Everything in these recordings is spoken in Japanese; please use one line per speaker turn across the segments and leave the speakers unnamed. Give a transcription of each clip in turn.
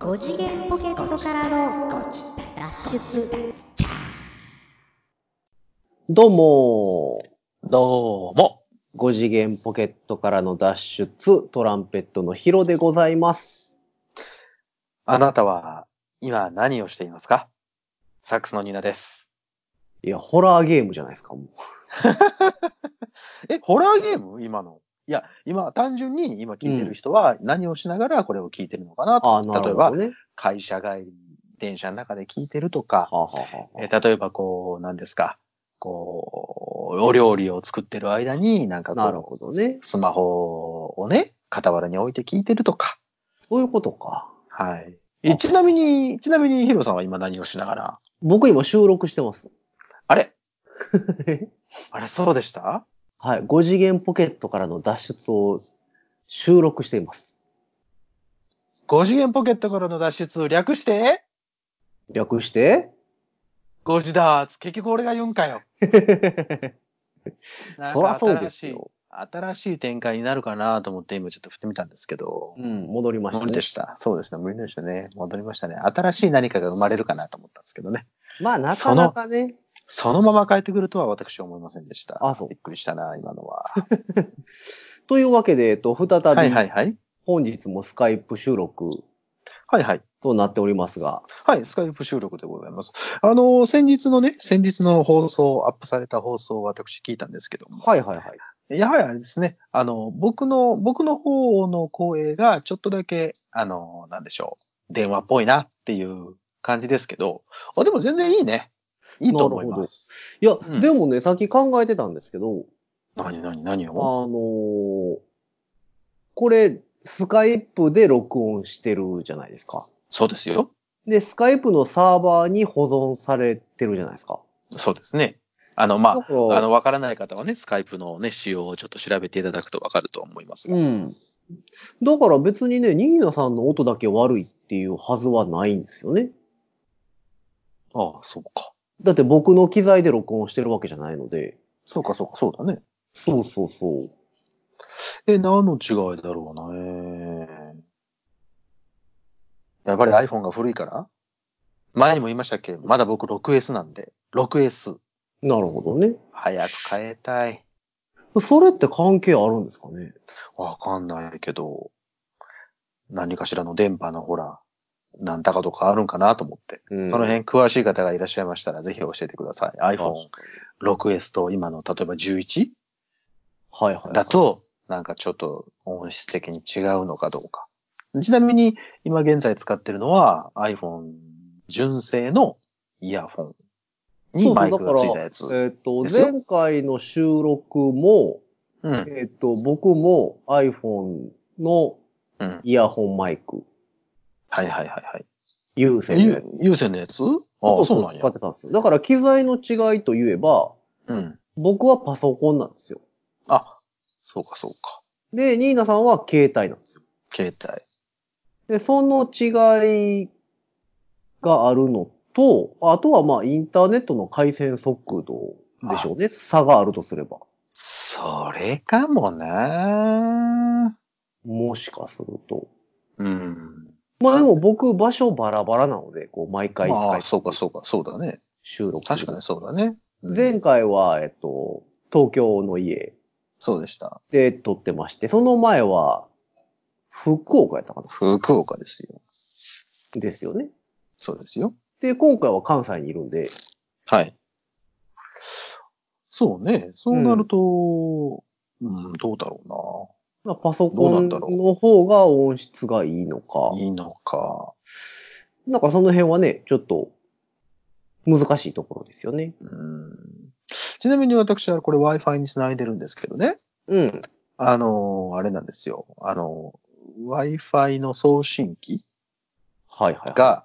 5次元ポケットからの脱出。
どうも
どうも。
ー、5次元ポケットからの脱出、トランペットのヒロでございます。
あなたは今何をしていますかサックスのニーナです。
いや、ホラーゲームじゃないですか、も
え、ホラーゲーム今の。いや、今、単純に今聞いてる人は何をしながらこれを聞いてるのかな
う。
と。
ああ、なるほどね。
会社帰り、電車の中で聞いてるとか、
はあ、はあはあ
え例えばこう、何ですか、こう、お料理を作ってる間になんか
なるほ
こ
どね。
う、スマホをね、傍らに置いて聞いてるとか。
そういうことか。
はい。えちなみに、ちなみにヒロさんは今何をしながら
僕今収録してます。
あれあれ、そうでした
はい、5次元ポケットからの脱出を収録しています。
五次元ポケットからの脱出を略して、
略して、
ゴジダーツ。結局俺が言うんかよ。
そらそうですよ。
なんか新しい。新しい展開になるかなと思って今ちょっと振ってみたんですけど。
うん、戻りました
無
ね
理で。した。そうですね。無理でしたね。戻りましたね。新しい何かが生まれるかなと思ったんですけどね。
まあ、なかなかね。
そのまま帰ってくるとは私は思いませんでした。
あそう
びっくりしたな、今のは。
というわけで、えっと、再び、
はいはいはい。
本日もスカイプ収録
はいはい。
となっておりますが、
はい、スカイプ収録でございます。あの、先日のね、先日の放送、アップされた放送を私聞いたんですけども。
はいはいはい。
やはりあれですね、あの、僕の、僕の方の声がちょっとだけ、あの、なんでしょう、電話っぽいなっていう感じですけど、あ、でも全然いいね。いいと思います。
いや、
うん
でもね、さっき考えてたんですけど、
何、何、何
あ
を
のーこれ、スカイプで録音してるじゃないですか。
そうですよ。
で、スカイプのサーバーに保存されてるじゃないですか。
そうですね。あの、ま
だか
あ、
ら
あの、わからない方はね、スカイプのね、仕様をちょっと調べていただくとわかると思いますが。
うん。だから別にね、ニーナさんの音だけ悪いっていうはずはないんですよね。
ああ、そうか。
だって僕の機材で録音してるわけじゃないので。
そうか、そうか、そうだね。
そうそうそう。
え、何の違いだろうね。やっぱり iPhone が古いから前にも言いましたっけまだ僕 6S なんで。6S。
なるほどね。
早く変えたい。
それって関係あるんですかね
わかんないけど、何かしらの電波のほら、なんだかとかあるんかなと思って。その辺詳しい方がいらっしゃいましたら、ぜひ教えてください。iPhone6S と今の例えば 11?
はいはい。
だ、と、なんかちょっと音質的に違うのかどうか。ちなみに、今現在使ってるのは iPhone 純正のイヤホン
そ
に
うそ
マ
う
イクがついたや
え
つ。
っ、と、
ですよ
前回の収録も、
うん。
えっ、と、僕も iPhone の
うん。
イヤホンマイク、
はいはいはいはい。
有線で
ゆ。有線のやつああ、そうなん
使
や
っ。てたんですよ。だから機材の違いといえば、
うん。
僕はパソコンなんですよ。
あ、そうかそうか。
で、ニーナさんは携帯なんですよ。
携帯。
で、その違いがあるのと、あとはまあインターネットの回線速度でしょうね。差があるとすれば。
それかもな
もしかすると。
うん。
まあでも僕場所バラバラなので、こう毎回
あ
使
あ、
い
そうかそうか、そうだね。
収録する
確かにそうだね。うん
前回は、えっと、東京の家
そうでした。
で撮ってまして、その前は福岡やったかな
福岡ですよ。
ですよね。
そうですよ。
で、今回は関西にいるんで、
はい。そうね。そうなると、うん、どうだろ
まあパソ
どう
コ
な
ン
んだろう
の方が音質がいいのか
うな。。いいのか。
なんかその辺はね、ちょっと難しいところですよね。
うん、ちなみに私はこれ Wi-Fi につないでるんですけどね。
うん。
あのーあれなんですよ。あのー Wi-Fi の送信機
はいはい、は
が、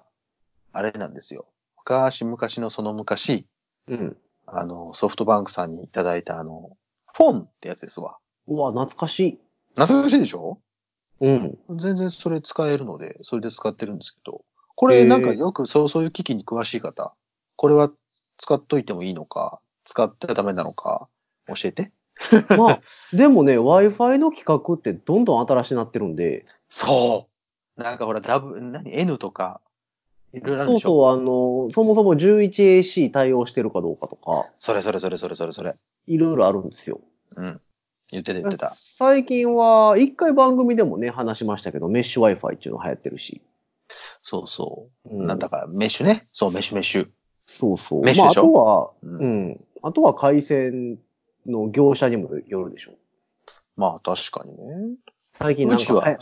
あれなんですよ。昔々のその昔、
い。うん。
あのーソフトバンクさんにいただいたあの、フォンってやつですわ。
うわ、懐かしい。
懐かしいでしょ
うん。
全然それ使えるので、それで使ってるんですけど、こ
へ
れ
ー
なんかよくそうそういう機器に詳しい方、これは使っといてもいいのか、使ってはダメなのか、教えて。
まあ、でもね、Wi-Fi の規格ってどんどん新しくなってるんで、
そう。なんかほら、W、何 ?N とか、いろいろある
そ
で
う
しょ。
そう、あの、そもそも 11AC 対応してるかどうかとか、
それそれそれそれそれそれ。
いろいろあるんですよ。
うん。言ってた言ってた。
最近は、一回番組でもね、話しましたけど、メッシュ Wi-Fi っていうの流行ってるし。
そうそうう。なんだか、メッシュね。そう、メッシュメッシュ。
そうそう。
メッシュでし
まあ、
ょ
あとは、
うん
うん。あとは回線の業者にもよるでしょう。
まあ、確かにね。
最近なん
うちは
か、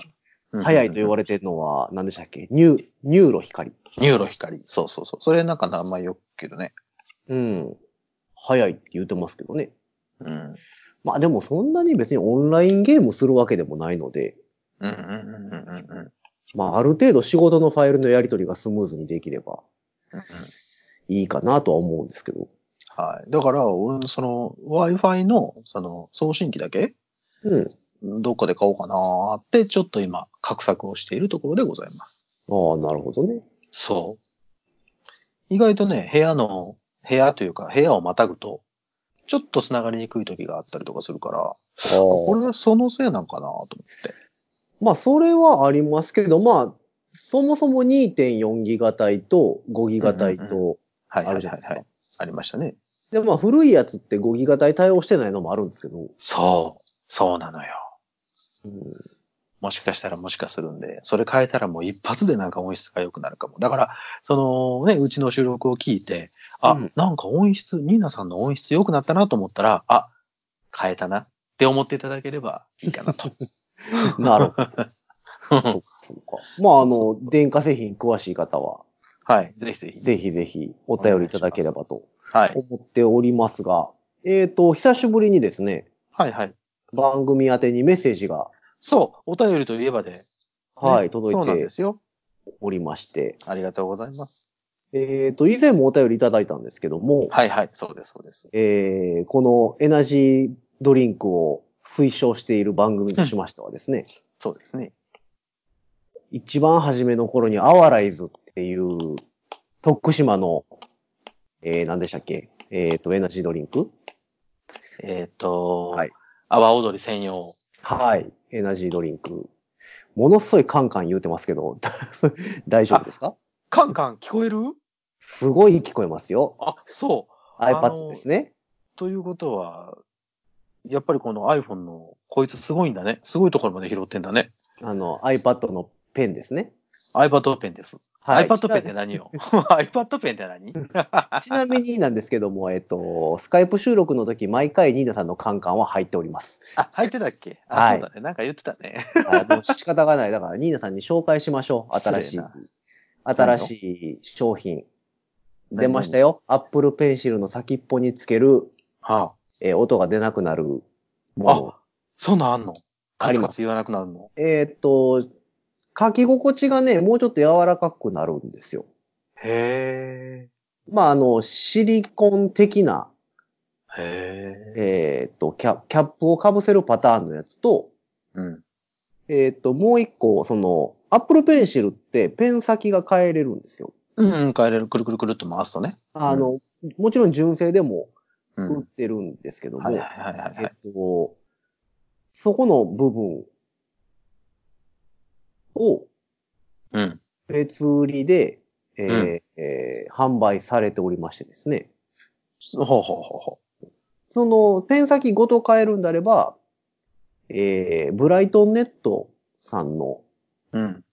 早いと言わ
れ
れてるのは、何でしたっけニュー、ニューロ光。
ニューロ光。そうそうそう。それなんか名前よくけどね。
うん。早いって言ってますけどね。
うん。
まあでもそんなに別にオンラインゲームするわけでもないので、
うんうんうんうんうんうん。
まあある程度仕事のファイルのやり取りがスムーズにできればいいかなとは思うんですけど。
はい。だから、俺その Wi-Fi のその送信機だけ
うん。
どっかで買おうかなーって、ちょっと今、画策をしているところでございます。
ああ、なるほどね。
そう。意外とね、部屋の、部屋というか、部屋をまたぐと、ちょっと繋がりにくい時があったりとかするから、
あ
こ
あ
れはそのせいなんかなと思って。
まあそれはありますけど、まあ、そもそも2.4ギガ帯と5ギガ帯と、
うんはい、
あ
はい、
るじゃ
は
ない
い
で、すか
はい。ありましたね。
で、まあ古いやつって5ギガ帯対応してないのもあるんですけど、
そう。そうなのよ。
うん
もしかしたらもしかするんで、それ変えたらもう一発でなんか音質が良くなるかも。だから、そのね、うちの収録を聞いて、あ、
うん
なんか音質、ニーナさんの音質良くなったなと思ったら、あ、変えたなって思っていただければいいかな と。
なる ほど。そうかそうか。まああの、電化製品詳しい方は、
はい。ぜひぜひ。
ぜひぜひお便りいただければと
はい。
思っておりますが、えっ、と、久しぶりにですね、
はいはい。
番組宛てにメッセージが、
そう。お便りといえばで、ね
はい、
そう
届
ないんで
て
すよ。
おりまして、
ありがとうございます。
えっ、と、以前もお便りいただいたんですけども、
はいはい。そうです、そうです。
えーこのエナジードリンクを推奨している番組としましてはですね、
そうですね。
一番初めの頃にアワライズっていう、徳島の、えー、何でしたっけえっ、と、エナジードリンク
えっ、と、
はい
阿波踊り専用。
はい。エナジードリンク。ものすごいカンカン言うてますけど、 大丈夫ですか
カンカン聞こえる
すごい聞こえますよ。
あ、そう。あの
iPad ですね。
ということは、やっぱりこの iPhone のこいつすごいんだね。すごいところまで拾ってんだね。
あの、iPad のペンですね。
iPad ペンです。
はい。
iPad ペンって何よ ?iPad ペンって何
ちなみになんですけども、えっと、スカイプ収録の時、毎回ニーナさんのカンカンは入っております。
あ、入ってたっけあ、
はい
そうだね。なんか言ってたね。
あの仕方がない。だから、ニーナさんに紹介しましょう。新しい
失礼な、
新しい商品。
何
出ましたよ。Apple Pencil の先っぽにつける、
はあ、
えー音が出なくなるもの。
そんなんあんの
あ
カ
り
ツ
ます
カツ言わなくなるの
えーっと、書き心地がね、もうちょっと柔らかくなるんですよ。
へ
まあ、あの、シリコン的な、
え。へえ。
えーっとキャ、キャップをかぶせるパターンのやつと、
うん。
えーっと、もう一個、その、アップルペンシルってペン先が変えれるんですよ。
うん、うん、変えれる。くるくるくるっと回すとね。
あの、もちろん純正でも
う
売っ
ん。
てるんですけども、
はいはいはいはい
えー
はい。
っと、そこの部分を
うん。
別売りで、えー
うん
えー販売されておりましてですね。
ほうほうほうほ
その、ペン先ごと変えるんであれば、えー、ブライトンネットさんの
う。うん。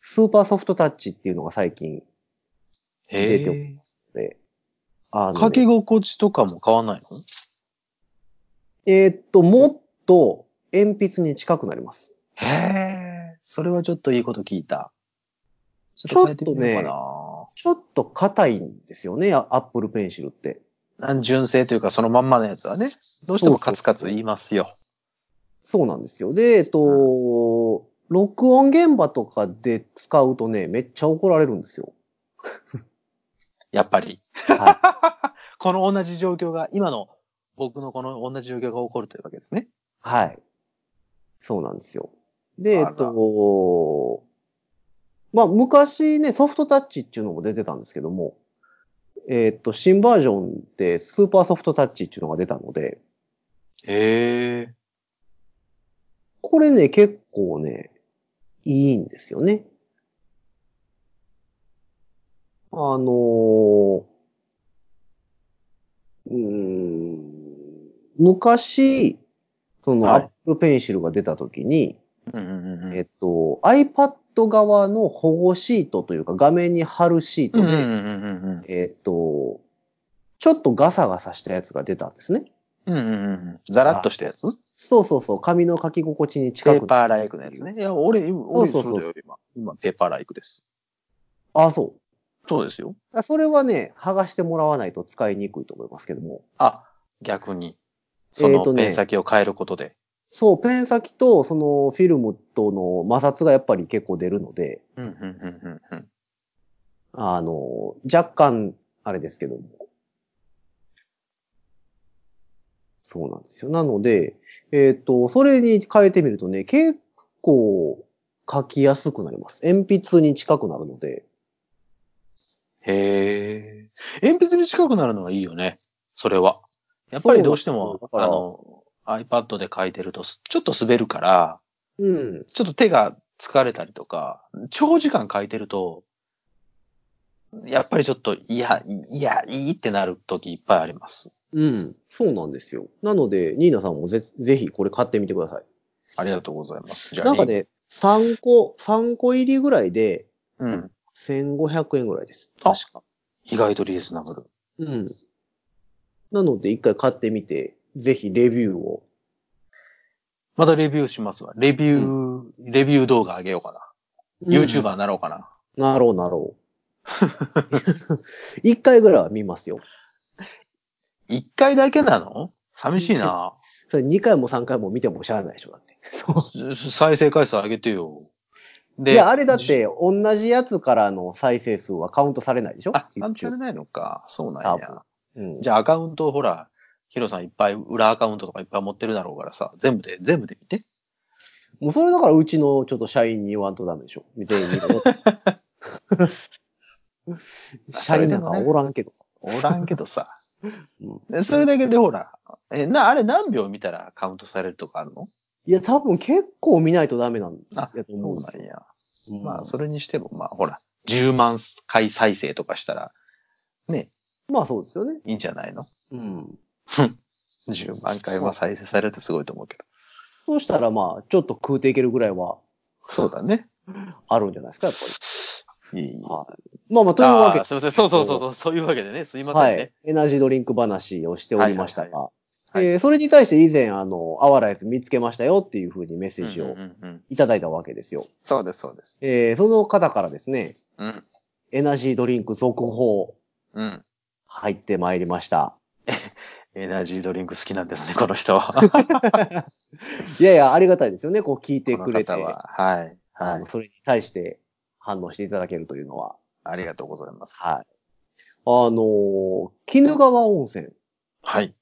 スーパーソフトタッチっていうのが最近
へ
出て
え。
で、あの
か
ね、
け心地とかも変わんないの
えーっと、もっと鉛筆に近くなります。
へえ、それはちょっといいこと聞いた。ち
ょっとね
変えてみよ
ちょっと硬いんですよね、アアップルペンシルって。
うかなあ純正というかそのまんまのやつはね、どうしてもカツカツ言いますよ。
そうなんですよ。で、えーっと、録音現場とかで使うとね、めっちゃ怒られるんですよ。
やっぱり。
は
この同じ状況が、今の僕のこの同じ状況が起こるというわけですね。
い。 はい。そうなんですよ。で、え
あら
ーっと、まあ、昔ね、ソフトタッチっていうのも出てたんですけども、えーっと、新バージョンでスーパーソフトタッチっていうのが出たので、
へえ。
これね、結構ね、いいんですよね。あのーうーん、昔、その
はい
Apple Pencil が出た時に、
うんうんうん。
えっと、iPad 側の保護シートというか画面に貼るシー
う
ト
ん
で、
うんうんうん
えっと、ちょっとガサガサしたやつが出たんですね。
うん。うんうんうん。ザラッとしたやつ
そうそうそう、紙の書き心地に
ペ
近く。
ーパーライクのやつね。いや、俺、今俺
そう
そ
そうそう
れだよ、今。今、ペーパーライクです。
あ、そ
そうですよ。
う。それはね、剥がしてもらわないと使いにくいと思いますけども。
あ、逆に。そ
えー
の
とね
ペン先を変えることで。
そう、ペン先とそのフィルムとの摩擦がやっぱり結構出るので、
うんうんうんうんうん。
あの、若干、あれですけども。そうなんですよ。なので、えっ、と、それに変えてみるとね、結構書きやすくなります。鉛筆に近くなるので。
へえ。鉛筆に近くなるのはいいよね。それは。やっぱりどうして
そ
も、
うな
あ
んだ
の、iPad で書いてるとす、ちょっと滑るから、
うん。
ちょっと手が疲れたりとか、長時間書いてると、やっぱりちょっと、いや、いや、いいってなる時いっぱいあります。
うん。そうなんですよ。なので、ニーナさんもぜぜひこれ買ってみてください。
ありがとうございます。じゃあ
なんか、ね、3個、三個入りぐらいで、
うん。
1500円ぐらいです。
あ
確か。
意外とリーズナブル。
うん。なので、一回買ってみて、ぜひレビューを。
またレビューしますわ。レビュー、レビュー動画あげようかな。YouTuber になろうかな。
なろう なろう。一回ぐらいは見ますよ。
一回だけなの寂しいな。
それ二回も三回も見てもしゃあないでしょ、だって。そ
再生回数上げて
う。
よ。で
いや、あれだっ
じ
て、同じやつからの再生数はカウントされないでしょ
あ、
YouTube
なんされないのか。そうなん
多分
や。
うん。
じゃあアカウントをほら、ヒロさんいっぱい裏アカウントとかいっぱい持ってるだろうからさ、全部で、全部で見て。
もうそれだから、うちのちょっと社員に言わんとダメでしょ。全員 見ろって。社員なんかおらんけどさ。
おらんけどさ。
うん
でそれだけでほら、え、な、あれ何秒見たらカウントされるとかあるの
いや、多分結構見ないとダメなん
あ、
やと思
そううん
です
なんや。
よ。
まあ、それにしても、まあ、ほら、10万回再生とかしたら、ね、
まあそうですよね。
いいんじゃないの
うん。
?10 万回は再生されるってすごいと思うけど。
そうしたらまあ、ちょっと食うていけるぐらいは
そうだね。
あるんじゃないですか、やっぱり。
いい。
はい。まあまあ、というわけ
あーすいません。そうそうそうそう、そういうわけでね。すいま
は
せんね
い。。エナジードリンク話をしておりましたが、
はいはいはい
えーそれに対して以前、あの、アワライス見つけましたよっていうふうにメッセージ
うん
を
うんうん
いただいたわけですよ。
そうです、そうです。
えーその方からですね、
うん。
エナジードリンク続報
うん。
入ってまいりました。
エナジードリンク好きなんですね、この人は。
いやいや、ありがたいですよね。こう聞いて
こ
く
の
れて、
方は。はい。
あ
は
の
い。
それに対して反応していただけるというのは。
ありがとうございます。
はい。あの、鬼怒川温泉
はい。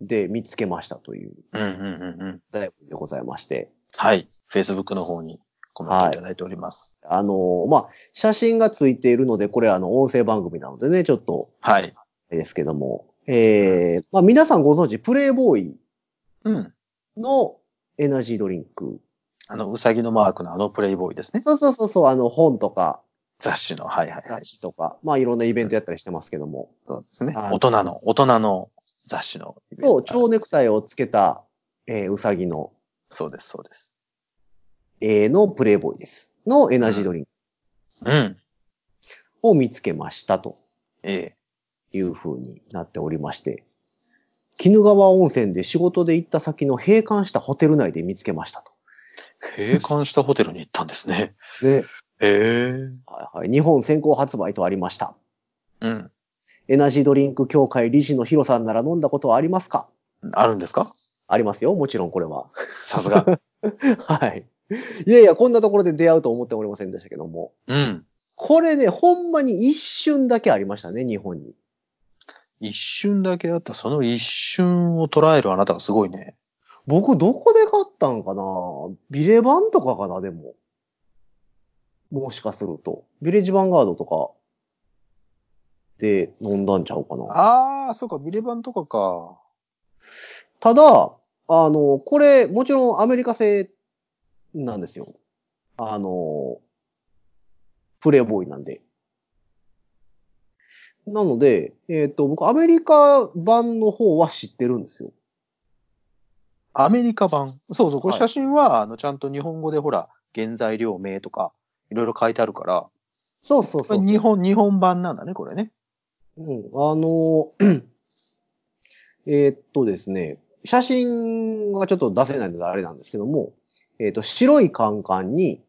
で見つけましたという
うんうんうんうん。
お便りでございまして。
はい。Facebook の方にコメントいただいております。
あの、まあ、写真がついているので、これあの、音声番組なのでね、ちょっと、
はい。
あれですけども。えー、まあ、皆さんご存知、プレイボーイ
うん。
のエナジードリンク。
あの、うさぎのマークのあのプレイボーイですね。
そうそうそうそう、あの、本とか、
雑誌の。はいはいはい
雑。誌とか、まあ、いろんなイベントやったりしてますけども。
そうですね。
あ
大人の、大人の雑誌のイベン
と、
ト。
蝶ネクタイをつけた、えー、うさぎの、
そうです、そうです。
えーのプレイボーイです。のエナジードリンク
うん。
を見つけましたと。
ええ。
いう風になっておりまして、鬼怒川温泉で仕事で行った先の閉館したホテル内で見つけました
閉館したホテルに行ったんですね。
と。で、
へえ。
はいはい、日本先行発売とありました。
うん。
エナジードリンク協会理事のヒロさんなら飲んだことはありますか
あるんですか
ありますよ、もちろんこれは。
さすが。
はい。いやいや、こんなところで出会うと思っておりませんでしたけども。
うん。
これね、ほんまに一瞬だけありましたね、日本に。
一瞬だけあった、その一瞬を捉えるあなたがすごいね。
僕、どこで買ったんかなビレバンとかかな、でも。もしかすると。ビレッジヴァンガードとかで飲んだんちゃうかな。
ああ、そうか、ビレバンとかか。
ただ、あの、これ、もちろんアメリカ製なんですよ。あの、プレイボーイなんで。なので、えっ、と、僕、アメリカ版の方は知ってるんですよ。
アメリカ版。そうそう、これ
はい
写真は、あの、ちゃんと日本語でほら、原材料名とか、いろいろ書いてあるから、
そうそうそうそう。
日本、日本版なんだね、これね。
うん、あの、 えーっとですね、写真はちょっと出せないのであれなんですけども、えーっと、白いカンカンに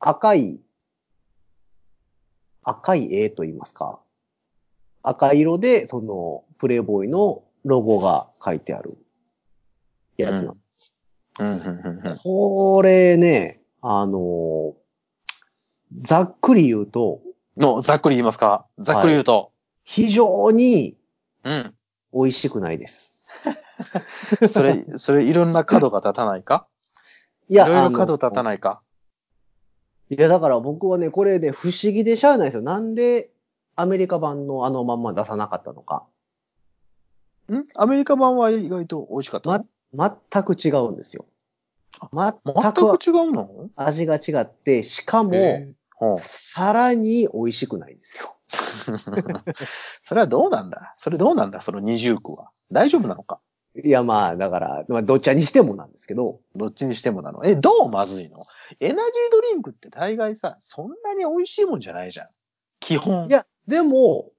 赤い、赤い絵と言いますか。赤色で、その、プレイボーイのロゴが書いてあるやつなんです
うん、うん、うんうん。
これね、あのーざっくり言うと、
の、ざっくり言いますか。ざっくり言うと。
非常に
う
美味しくないです。
ん。それ、 それ、いろんな角が立たないか
い
いろいろ
あの
角立たないか
いや、だから僕はね、これね、不思議でしゃあないですよ。なんで、アメリカ版のあのまんま出さなかったのか。
んアメリカ版は意外と美味しかったの。
全く違うんですよ。全
全
く
く違うの
味が違って、しかも、
へーうん
さらに美味しくないんですよ。
それはどうなんだそれどうなんだその二重苦は。大丈夫なのか
いや、まあ、だから、まあ、どっちにしてもなんですけど、
どっちにしてもなの。え、どうまずいのエナジードリンクって大概さ、そんなに美味しいもんじゃないじゃん。基本。
いや、でも、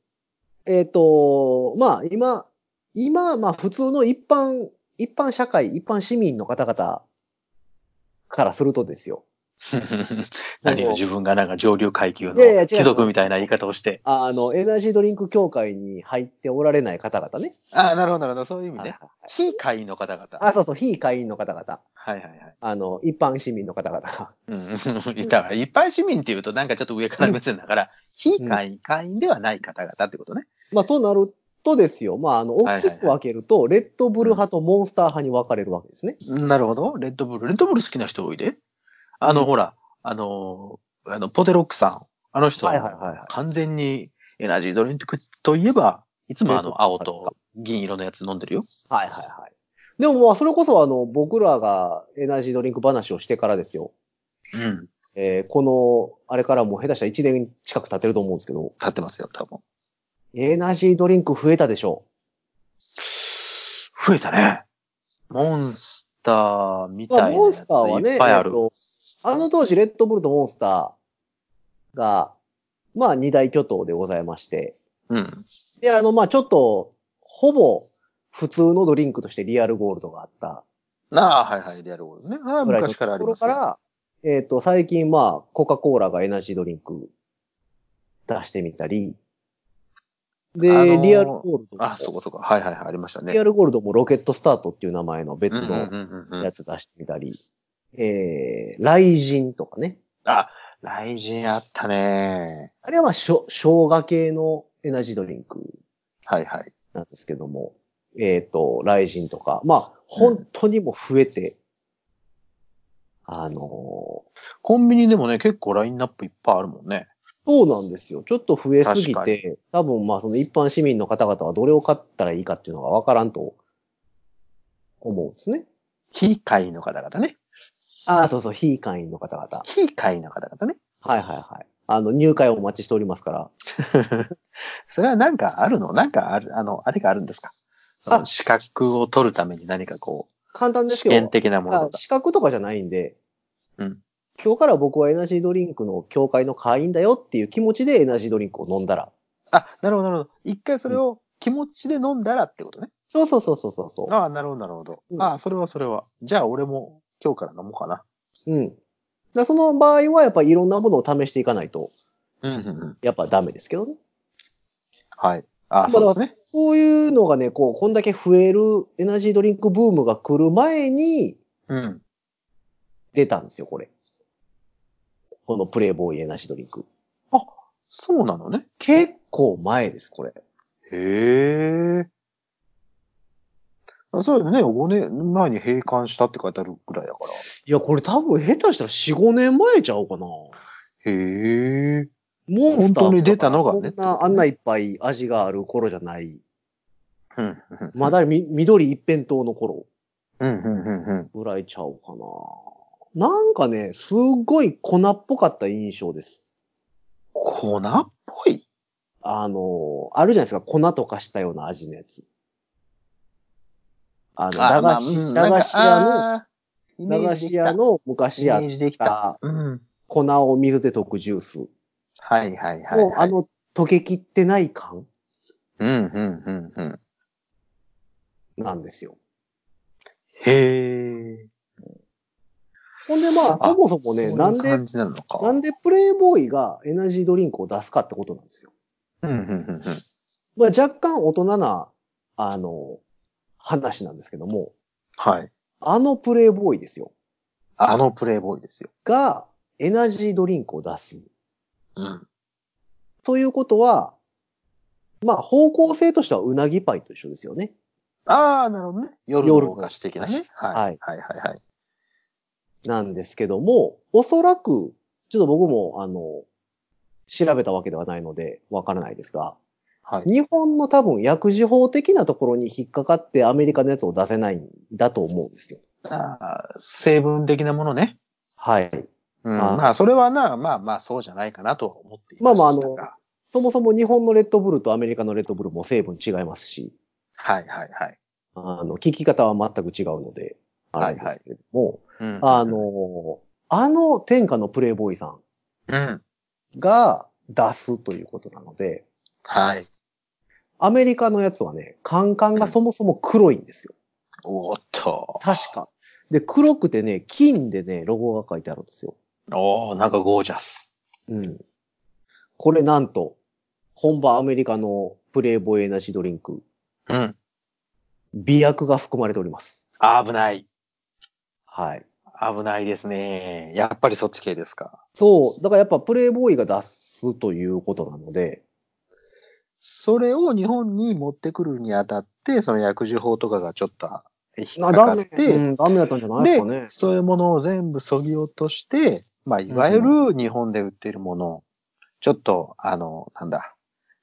えっ、と、まあ今、今、まあ普通の一般、一般社会、一般市民の方々からするとですよ。
何を自分がなんか上流階級の
いやいや違う
貴族みたいな言い方をして。
あの、エナジードリンク協会に入っておられない方々ね。
ああ、なるほど、なるほど。そういう意味
はい
ね
はい。はい
非会員の方々。
あ、そうそう、非会員の方々。
はいはいはい。
あの、一般市民の方々が。
うん、 いたわ。一般市民っていうとなんかちょっと上から目線だから、非会員、会員ではない方々ってことね。
まあとなるとですよ。まああの、
はい
大
はいはい
きく分けると、レッドブル派とモンスター派に分かれるわけですね。
なるほど。レッドブル。レッドブル好きな人多いで。あの、
うん
ほら、あのー、あの、ポテロックさん。あの人、
はいはいはいはい
完全にエナジードリンクといえば、いつもあ
レッドブ
の、
ル
青と銀色のやつ飲んでるよ。
はいはいはい。でもまあそれこそあの、僕らがエナジードリンク話をしてからですよ。
うん。
えーこの、あれからもう下手したら1年近く経ってると思うんですけど、
立ってますよ、多分。
エナジードリンク増えたでしょ
増えたね。モンスターみ
まあ、
たいな
モ
や
ン
つい
スターはね、
っぱいある。
えっとあの当時、レッドブルとモンスターが、まあ、二大巨頭でございまして、
うん。
で、あの、まあ、ちょっと、ほぼ、普通のドリンクとしてリアルゴールドがあった
ああ、はいはい、リアルゴールドね。ああ、
ぐらいの
昔
と
からあり
こ
ま
ろ
すよ。
から、えっ、と、最近、まあ、コカ・コーラがエナジードリンク出してみたり、で、
あのー
リアルゴールドも
あ、そうかそうか。はいはいはい、ありましたね。
リアルゴールドもロケットスタートっていう名前の別
うんうん
の
うんうんうん
やつ出してみたり、えー、雷神とかね。
あ、雷神あったね。
あれはまあ、しょ生姜系のエナジードリンク
はいはい。
なんですけども、えっ、と、雷神とか、まあ、本当にもう増えて、あのー
コンビニでもね、結構ラインナップいっぱいあるもんね。
そうなんですよ。ちょっと増えすぎ
確か
て、多分まあ、その一般市民の方々はどれを買ったらいいかっていうのがわからんと思うんですね。
非会員の方々ね。
ああ、そうそう、非会員の方々。
非会員の方々ね。
はいはいはい。あの、入会をお待ちしておりますから。
それはなんかあるのなんかある、あの、あれがあるんですかその資格を取るために何かこ
簡単
う、
です
試
けど
験的なもの
あ
とか。
資格とかじゃないんで、
うん
今日から僕はエナジードリンクの協会の会員だよっていう気持ちでエナジードリンクを飲んだら。
あ、なるほど、なるほど。一回それを気持ちで飲んだらってことね。
そうそうそうそうそうそ
ああ、なるほど、なるほど。
うん
ああ、それはそれは。じゃあ俺も今日から飲もうかな。
う。うん。だからその場合はやっぱりいろんなものを試していかないと、
うん、うん、うん。
やっぱダメですけどね。
はい。ああ、
まあ
そうですね。
そういうのがね、こう、こんだけ増えるエナジードリンクブームが来る前に
うん。
出たんですよ、これ。このプレイボーイエナジードリンク。
そうなのね。
結構前です、これ。
へえ。あそうよね。5年前に閉館したって書いてあるぐらいだから。
いや、これ多分下手したら4、5年前ちゃうかな。
へえ。
モンスター
本当に出たのがね
そんな、あんないっぱい味がある頃じゃない
うんうん
まだみ緑一辺倒の頃
うんうんうんうん。
ぐらいちゃうかな。なんかね、すっごい粉っぽかった印象です。
粉っぽい
あの、あるじゃないですか、粉とかしたような味のやつ。あの、駄菓子、駄菓子屋の、
の
駄菓子屋の昔やっ
イメージできた。
た
うん。
粉を水で溶くジュースを、
はいはいはい、はい。
あの溶けきってない感
うんうんうんうん。
なんですよ。
へえ。
ほんでまあ、
あ
そもそもね、
そういう
なんで
感、じなのか。
なんでプレイボーイがエナジードリンクを出すかってことなんですよ。
うんうんうんうん。
まあ若干大人な、あの、話なんですけども、
はい。
あのプレイボーイですよ。
あのプレイボーイですよ。
が、エナジードリンクを出す。
うん。
ということは、まあ方向性としてはうなぎパイと一緒ですよね。
ああ、なるほどね。夜
夜
の
の
お菓子的なね。はい。
は
はいいはいはい。
なんですけども、おそらく、ちょっと僕も、あの、調べたわけではないので、わからないですが、
はい。
日本の多分薬事法的なところに引っかかってアメリカのやつを出せないんだと思うんですよ。
あー成分的なものね。
はい。
うん、
あー
まあ、それはな、まあまあ、そうじゃないかなとは思ってい
まあまあ
したが
あのそもそも日本のレッドブルとアメリカのレッドブルも成分違いますし、
はいはいはい。
あの、聞き方は全く違うので、あれですけれども、
うん
あ、の、あの天下のプレイボーイさん
うん。
が出すということなので、
はい。
アメリカのやつはね、カンカンがそもそも黒いんですよ。
おっと。
確か。で、黒くてね、金でね、ロゴが書いてあるんですよ。
おおなんかゴージャス。
うん。これなんと、本場アメリカのプレイボーイエナジードリンク、
うん。
美薬が含まれております。
危ない。
はい。
危ないですね。やっぱりそっち系ですか。
そう。だからやっぱプレイボーイが出すということなので、
それを日本に持ってくるにあたって、その薬事法とかがちょっと引っかか
ダ
っ
メ、
て、
うん、ダメだったんじゃないですかね
で、。そういうものを全部削ぎ落として、まあ、いわゆる日本で売っているもの、ちょっと、あの、なんだ、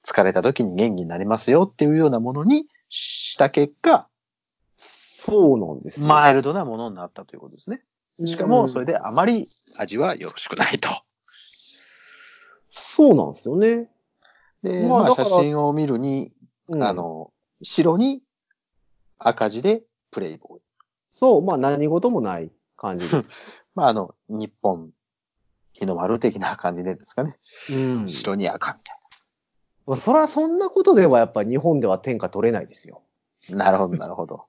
疲れた時に元気になりますよっていうようなものにした結果、
そうなんですよ。
マイルドなものになったということですね。しかも、それ
で。
であまり味はよろしくないと。
そうなんですよね。
で、
まあ
まあ、
だか
写
ら
真を見るに、
うん
あの、白に赤字でプレイボーイ。
そう、まあ何事もない感じです。
まあ、あの、日本、日の丸的な感じでですかね。
うん。
白に赤みたい
まあそらそんなことではやっぱ日本では天下取れないですよ。
な。なるほど、なるほど。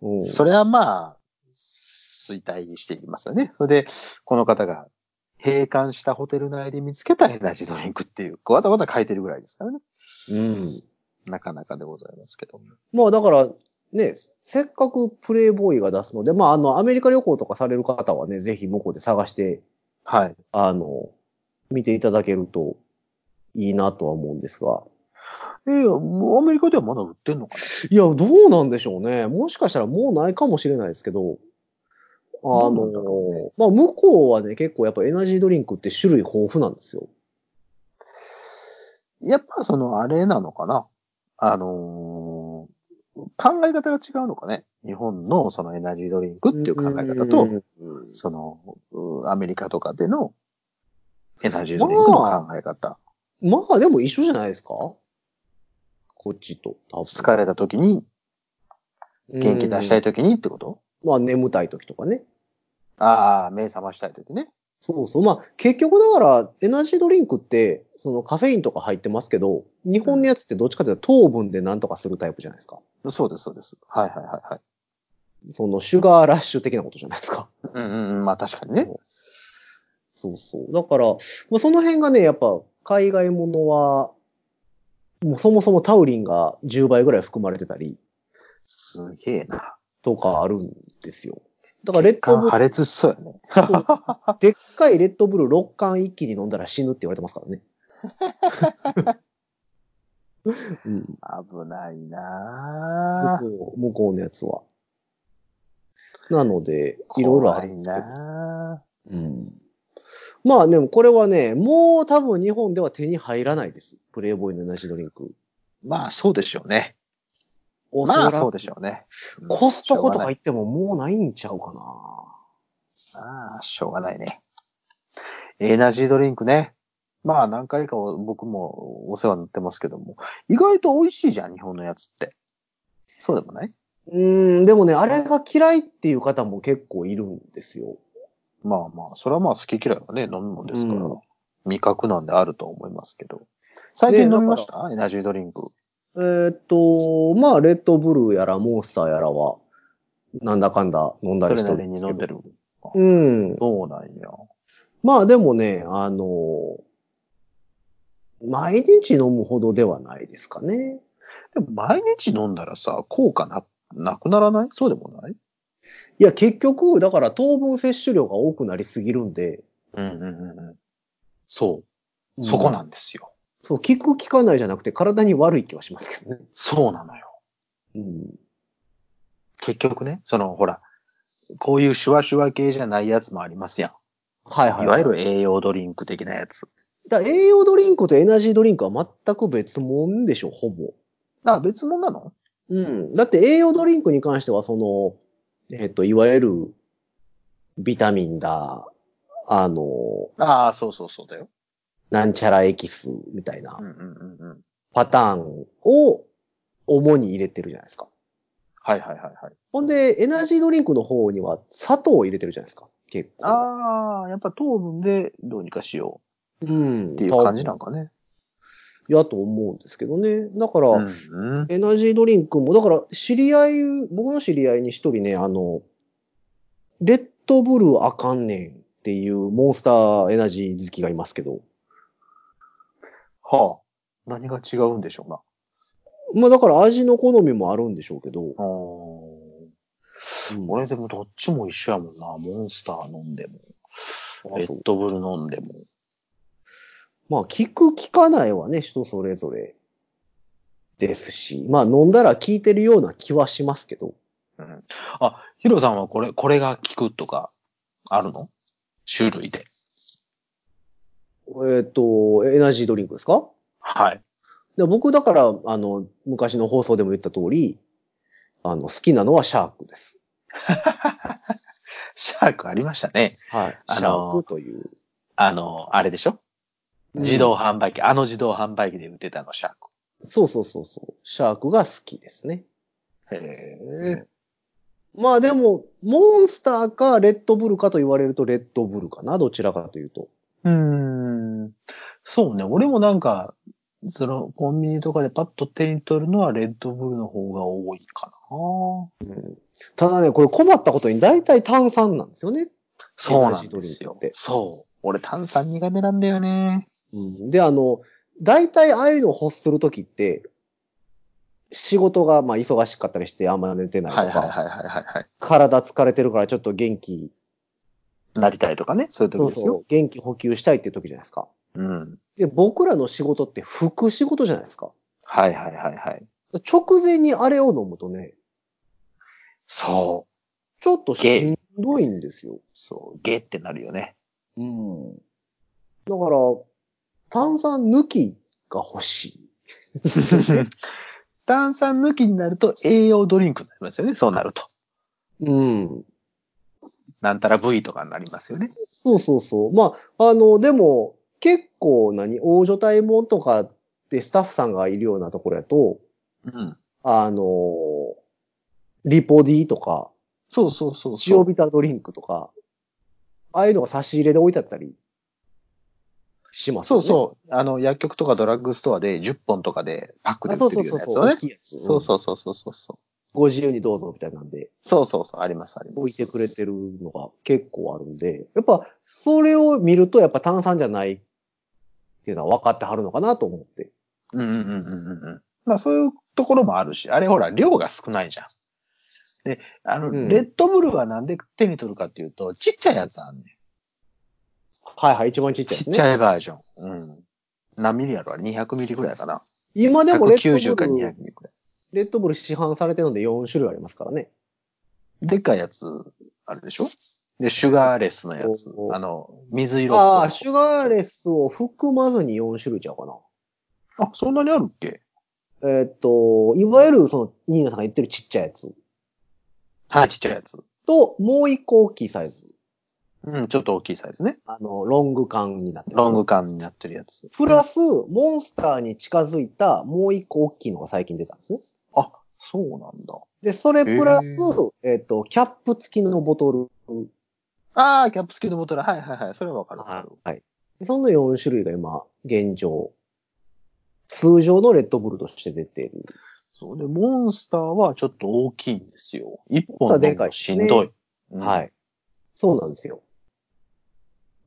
うん。
それはまあ、衰退していきますよね。それで、この方が閉館したホテル内で見つけたエナジードリンクっていう、わざわざ書いてるぐらいですからね。
うん。
なかなかでございますけど。
まあだから、ね、せっかくプレイボーイが出すので、まああの、アメリカ旅行とかされる方はね、ぜひ向こうで探して、
はい。
あの、見ていただけるといいなとは思うんですが。
えーもうアメリカではまだ売ってんのか
いや、どうなんでしょうね。もしかしたらもうないかもしれないですけど、あの、
どうなんだろ
まあ向こうはね、結構やっぱエナジードリンクって種類豊富なんですよ。
なやっぱその、あれなのかなあのー考え方が違うのかね日本のそのエナジードリンクっていう考え方と、
うん
その、うアメリカとかでのエナジードリンクの考え方。
まあでも一緒じゃないですかこっちと。多分
疲れた時に元気出したい
うん
時にってこと
まあ眠たい時とかね。
ああ、目覚ましたい時ね。
そうそう。まあ結局だからエナジードリンクってそのカフェインとか入ってますけど、日本のやつってどっちかというと糖分でなんとかするタイプじゃないですか。
そうです、そうです。はいはいはいはい。
そのシュガーラッシュ的なことじゃないですか。
うんうんうん、まあ確かにね。
そうそう。だから、まあ、その辺がね、やっぱ海外ものは、もうそもそもタウリンが10倍ぐらい含まれてたり
すげえな。
とかあるんですよ。だからレッドブル
破裂しそうやね。
でっかいレッドブル6缶一気に飲んだら死ぬって言われてますからね。うん、
危ないなぁ。
向こう向こうのやつは。なので、いろいろあ
怖
る
い
んですけど
なぁ。
うん、まあでもこれはね、もう多分日本では手に入らないです。プレイボーイのエナジードリンク。
まあそうでしょうね。
おそ
ま
ら
あ
く
そうでしょうね。
コストコとか
しょうがない
行ってももうないんちゃうかな。
ああ、しょうがないね。エナジードリンクね。まあ何回かお僕もお世話になってますけども。意外と美味しいじゃん、日本のやつって。そうでもないう
ーん、でもね、あれが嫌いっていう方も結構いるんですよ。
まあまあ、それはまあ好き嫌いはね、飲み物ですから、
うん
味覚なんであると思いますけど。最近飲みました、エナジードリンク。
えーっと、まあ、レッドブルーやらモンスターやらは、なんだかんだ飲んだ
そ
り
れ
し
な
て
り
るんで
に
す
飲
け
んで
ど。
る。
うん。
そうなんや。
まあでもね、あの、毎日飲むほどではないですかね。
でも毎日飲んだらさ、効果な、なくならないそうでもない
いや、結局、だから糖分摂取量が多くなりすぎるんで、
うんうんうんうん。そうう。
ん
そこなんですよ。
そう、効く効かないじゃなくて体に悪い気はしますけどね。
そうなのよ。
うん。
結局ね、そのほら、こういうシュワシュワ系じゃないやつもありますやん。
はいはいい、
わゆる栄養ドリンク的なやつ。
だから栄養ドリンクとエナジードリンクは全く別物でしょ、ほぼ。
あ、別物なの
うん。だって栄養ドリンクに関しては、その、えっ、と、いわゆる、ビタミンだ、あの、
ああ、そうそうそうだよ。
なんちゃらエキスみたいな
うんうんうんうん。
パターンを主に入れてるじゃないですか。
はいはいはいはい。
ほんで、エナジードリンクの方には砂糖を入れてるじゃないですか、結構。
ああ、やっぱ糖分でどうにかしよ
うん。
うっていう感じなんかね。
やと思うんですけどね。だから、
うんうん。
エナジードリンクも、だから、知り合い、僕の知り合いに一人ね、あの、レッドブルーあかんねんっていうモンスターエナジー好きがいますけど。
はあ。何が違うんでしょうな。
まあだから味の好みもあるんでしょうけど。
あー俺でもどっちも一緒やもんな。モンスター飲んでも、
あ
レ
そう
ッドブル飲んでも。
まあ効く効かないはね、人それぞれですし。まあ飲んだら効いてるような気はしますけど。
うんあ、ヒロさんはこれ、これが効くとか、あるの種類で。
えっ、と、エナジードリンクですか
はい。
で僕だから、あの、昔の放送でも言った通り、あの、好きなのはシャークです。
シャークありましたね。
はい。
あのー
シャークという。
あの、あれでしょ
うん
自動販売機、あの自動販売機で売ってたの、シャー
そうそうそうそう。シャークが好きですね。
ク。へえ。
まあでも、モンスターかレッドブルかと言われるとレッドブルかな、どちらかというと。
うーん。そうね。俺もなんか、その、コンビニとかでパッと手に取るのは、レッドブルの方が多いかな。
ただね、これ困ったことに大体炭酸なんですよね。
そうなんです
エナジードリンクっ
よ
て。
そう。俺炭酸苦手なんだよね。
うん、で、あの、大体ああいうのを欲するときって、仕事がまあ忙しかったりしてあんま寝てないとか、
はいはいはいはいはいはい。
体疲れてるからちょっと元気、
なりたいとかね。そういう時
そう
です
そ
よ。
う、元気補給したいっていうときじゃないですか。
うん。
で、僕らの仕事って副仕事じゃないですか。
はいはいはいはい。
直前にあれを飲むとね、
そう。
ちょっとしんどいんですよ。
そう、ゲーってなるよ ね。
うん。だから、炭酸抜きが欲しい。
炭酸抜きになると栄養ドリンクになりますよね。そうなると。
うん。
なんたら部位とかになりますよね。
そうそうそう。まあ、あの、でも、結構何、大所帯もんとかってスタッフさんがいるようなところやと、
うん。
あの、リポディとか、
そうそうそうそう。
塩ビタドリンクとか、ああいうのが差し入れで置いてあったりします
そ
よ
う
ね。
そう。あの、薬局とかドラッグストアで10本とかでパックで
あそ
売っ
う
て
そう
るよ
そうう
な
そう。
やつをね
大。きいやつ
そうそうそうそうそうそう。
ご自由にどうぞみたいなんで、
そうそうそう。ありますあります。
置いてくれてるのが結構あるんで、やっぱそれを見るとやっぱ炭酸じゃないっていうのは分かってはるのかなと思って。
うんうんうんうんうんうん。まあそういうところもあるし、あれほら、量が少ないじゃん。で、あの、
うん
レッドブルはなんで手に取るかっていうと、ちっちゃいやつあんねん。
はいはい、一番ちっちゃいで
ち
す
っ
ね。
ちゃいバージョン。うん。何ミリやろあれ ?200 ミリぐらいかな。
今でもレッド
190
ブ
か200ミ
ル、
リぐらい。
レッドブル市販されてるので4種類ありますからね。
でっかいやつ、あるでしょで、シュガーレスのやつ
お。お
あの、水色っぽい
ああ、シュガーレスを含まずに4種類ちゃうかな。
あ、そんなにあるっけ
えーっと、いわゆるその、ニーナさんが言ってるちっちゃいやつ
はい、ちっちゃいやつ。
と、もう一個大きいサイズ。
うん、ちょっと大きいサイズね。
あの、ロング缶になってます
ロング缶になってるやつ。
プラス、モンスターに近づいたもう一個大きいのが最近出たんですね。
あ、そうなんだ。
で、それプラス
へ、
えーっと、キャップ付きのボトル。
ああ、キャップ付きのボトル。はいはいはい。それはわかる。
はい。その4種類が今、現状。通常のレッドブルとして出ている。
そうで、モンスターはちょっと大きいんですよ。一
モンスター
本
でか
の
い
しんどい。。
はいい。そうなんですよ。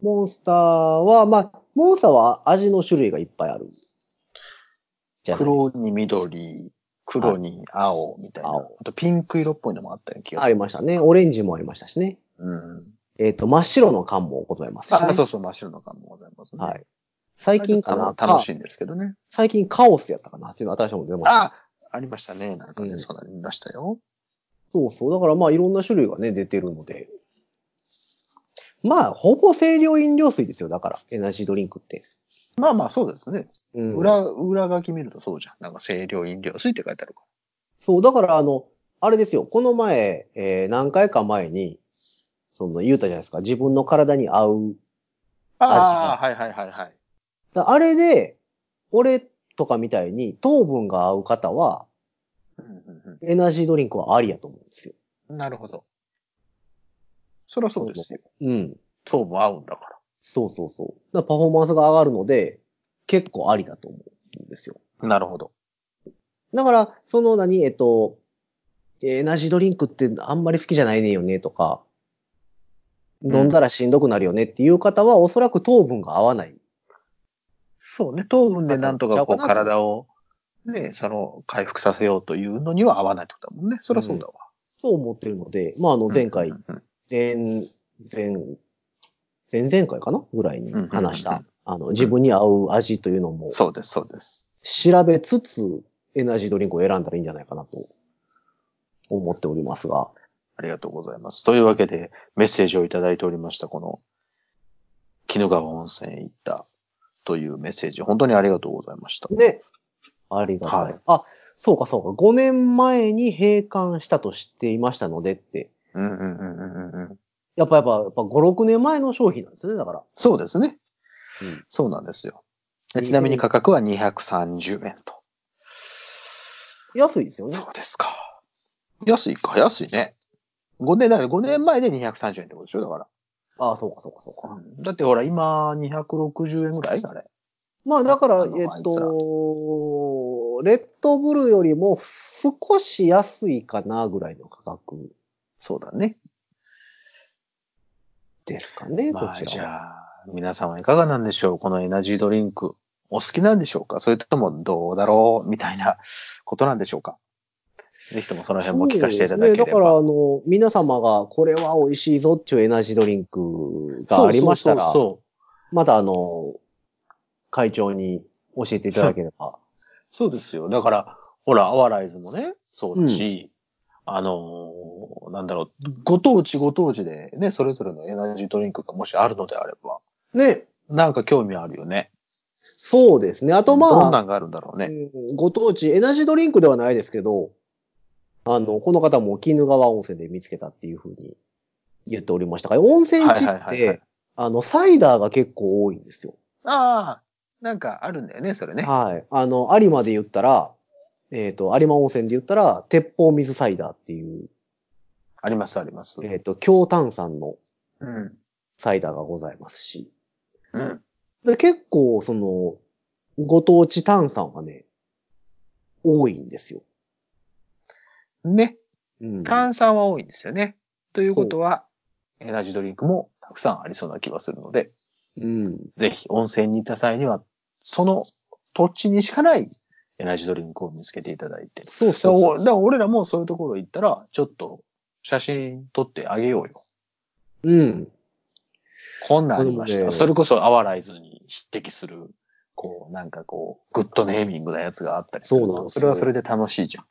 モンスターは、まあ、モンスターは味の種類がいっぱいある。じゃないです
黒に緑、黒に青みたいな。
青
あとピンク色っぽいのもあったような気が
ありましたね。オレンジもありましたしね。
うん。
えっ、と、真っ白の缶もございますしね、
あ、そうそう、真っ白の缶もございますね。
はい。最近かな
あ楽し
か
いんですけどね。
最近カオスやったかなっていうの新しいもの出ました。
あありましたね。なんか
う
ね、
ん
そうなりましたよ。
そうそう。だからまあいろんな種類がね、出てるので。まあ、ほぼ清涼飲料水ですよ。だから、エナジードリンクって。
まあまあ、そうですね。
うん
裏、裏書き見るとそうじゃん。なんか、清涼飲料水って書いてあるか
そう、だからあの、あれですよ、この前、えー何回か前に、その言うたじゃないですか、自分の体に合う。
ら。
あ
ああ、はいはいはいはい。
だあれで、俺とかみたいに糖分が合う方は、
うんうん
エナジードリンクはありやと思うんですよ。
うん、なるほど。そりゃそうですよ。
うん。
糖分合うんだか
そうそうそう。だからパフォーマンスが上がるので、結構ありだと思うんですよ。
ら。なるほど。
だから、その何、えっと、エナジードリンクってあんまり好きじゃないねんよねとか、
うん
飲んだらしんどくなるよねっていう方は、おそらく糖分が合わない。
そうね。糖分でなんとかこう
あとちゃうかな
体を、ね、その回復させようというのには合わないってことだもんね。そりゃそうだわ。
そう思ってるので、まあ、あの、前回
う、んうん
前、前、前々回かなぐらいに
うんうんうん
話した、あの、自分に合う味というの
う
も
ん、そうです、そうです。
調べつつ、エナジードリンクを選んだらいいんじゃないかなと、思っておりますが。
ありがとうございます。というわけで、メッセージをいただいておりました、この、鬼怒川温泉へ行ったというメッセージ、本当にありがとうございました。
ね。ありがたい。
はい
あ、そうかそうか。5年前に閉館したと知っていましたのでって。
うんうんうんうんうんうん。
やっぱやっぱ、やっぱ5、6年前の商品なんですね、だから。
そうですね。
うん
そうなんですよ。
2000
でちなみに価格は230円と。
安いですよね。
そうですか。安いか、安いね。5年、だから5年前で230円ってことでしょだから。
ああ、そうかそうかそうか。
だってほら、今、260円ぐらいあれ。
まあだから、
あの
え
あ
っ
いつら
と、レッドブルよりも少し安いかなぐらいの価格
そうだね。
ですかね、
ま
こ
あ、
ち
じ
らは。
ゃあ、皆さんはいかがなんでしょうこのエナジードリンク、お好きなんでしょうかそれともどうだろうみたいなことなんでしょうかぜひともその辺も聞かせていただけれ
そうですねだから、
ば。
あの、皆様がこれは美味しいぞっていうエナジードリンクがありましたら、
そうそう
またあの、会長に教えていただければ。
そうそうそうですよ。だから、ほら、アワライズもね、そうだし、あのーなんだろう、ご当地ご当地でね、それぞれのエナジードリンクがもしあるのであれば、
ね。
なんか興味あるよね。
そうですね。あとま
どん
あ、
なんがあるんだろうね。
うんご当地、エナジードリンクではないですけど、あの、この方も鬼怒川温泉で見つけたっていうふうに言っておりましたから、温泉地
は
っ
いはいはいはい
て、あの、サイダーが結構多いんですよ。
ああ、なんかあるんだよね、それね。
はい。あの、有馬で言ったら、えっ、と、有馬温泉で言ったら、鉄砲水サイダーっていう、
ありますあります。
えっ、と、強炭酸の
うん。
サイダーがございますし。
うん。
で結構、その、ご当地炭酸がね、多いんですよ。
ね。
うん、
炭酸は多いんですよね。ということは、エナジードリンクもたくさんありそうな気がするので、
うん。
ぜひ温泉に行った際には、その土地にしかないエナジードリンクを見つけていただいて。
そう
だから
そ
お
う
だから俺らもそういうところ行ったら、ちょっと写真撮ってあげようよ。
う。うん。
こんなんありまし
そ
た。
れもね
それこそアワライズに匹敵する、こう、なんかこう、グッドネーミングなやつがあったりすると
そうなんですよ
それはそれで楽しいじゃん。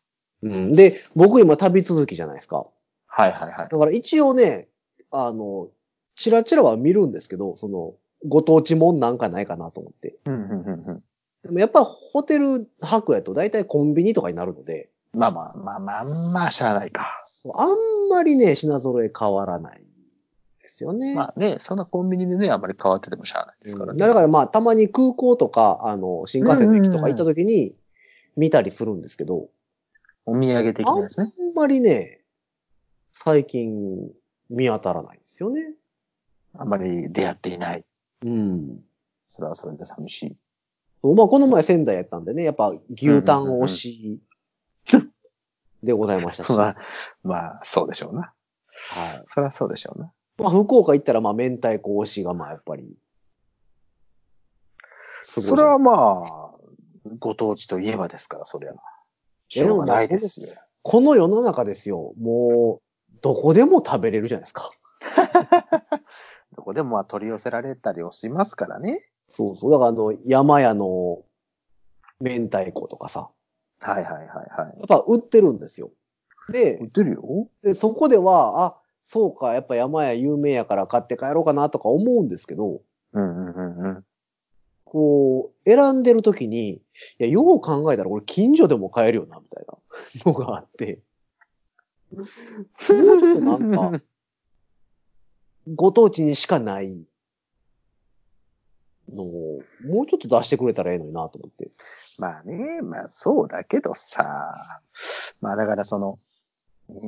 うん、で、僕今旅続きじゃないですか。
はいはいはい。
だから一応ね、あの、チラチラは見るんですけど、その、ご当地もんなんかないかなと思って。
うんうんうんうん。
でもやっぱホテル泊やと大体コンビニとかになるので、
まあまあまあまあまあ、しゃあないか。
あんまりね、品揃え変わらないですよね。
まあね、そんなコンビニでね、あんまり変わっててもしゃあないですから
う
ね。
んだからまあ、たまに空港とか、あの、新幹線の駅とか行った時に見たりするんですけど、
お土産的なやつね。
あんまりね、最近見当たらないんですよね。
あんまり出会っていない。
うん。
それはそれで寂しい。
まあ、この前仙台やったんでね、やっぱ牛タン推しでございましたし、
ま
は
あ、まあ、そうでしょうな。
い。
それはそうでしょうな。
まあ、福岡行ったらまあ、明太子推しがまあ、やっぱり、すごいじゃ
そ
ん
れはまあ、ご当地といえばですから、そりゃ。しょうがないですよ。
この世の中ですよ、もう、どこでも食べれるじゃないですか。
どこでもまあ取り寄せられたりをしますからね。
そうそう。だからあの、山屋の明太子とかさ、
はいはいはいはい。
やっぱ売ってるんですよ。で
売、ってるよ。
でそこでは、あ、そうか、やっぱ山屋有名やから買って帰ろうかなとか思うんですけど、
うんうんうんうん。
こう、選んでる時に、いや、よう考えたら俺近所でも買えるよな、 みたいなのがあって、もうちょっとなんか、ご当地にしかないのを、もうちょっと出してくれたらええのにな、と思って。
まあね、まあそうだけどさ、まあだからその、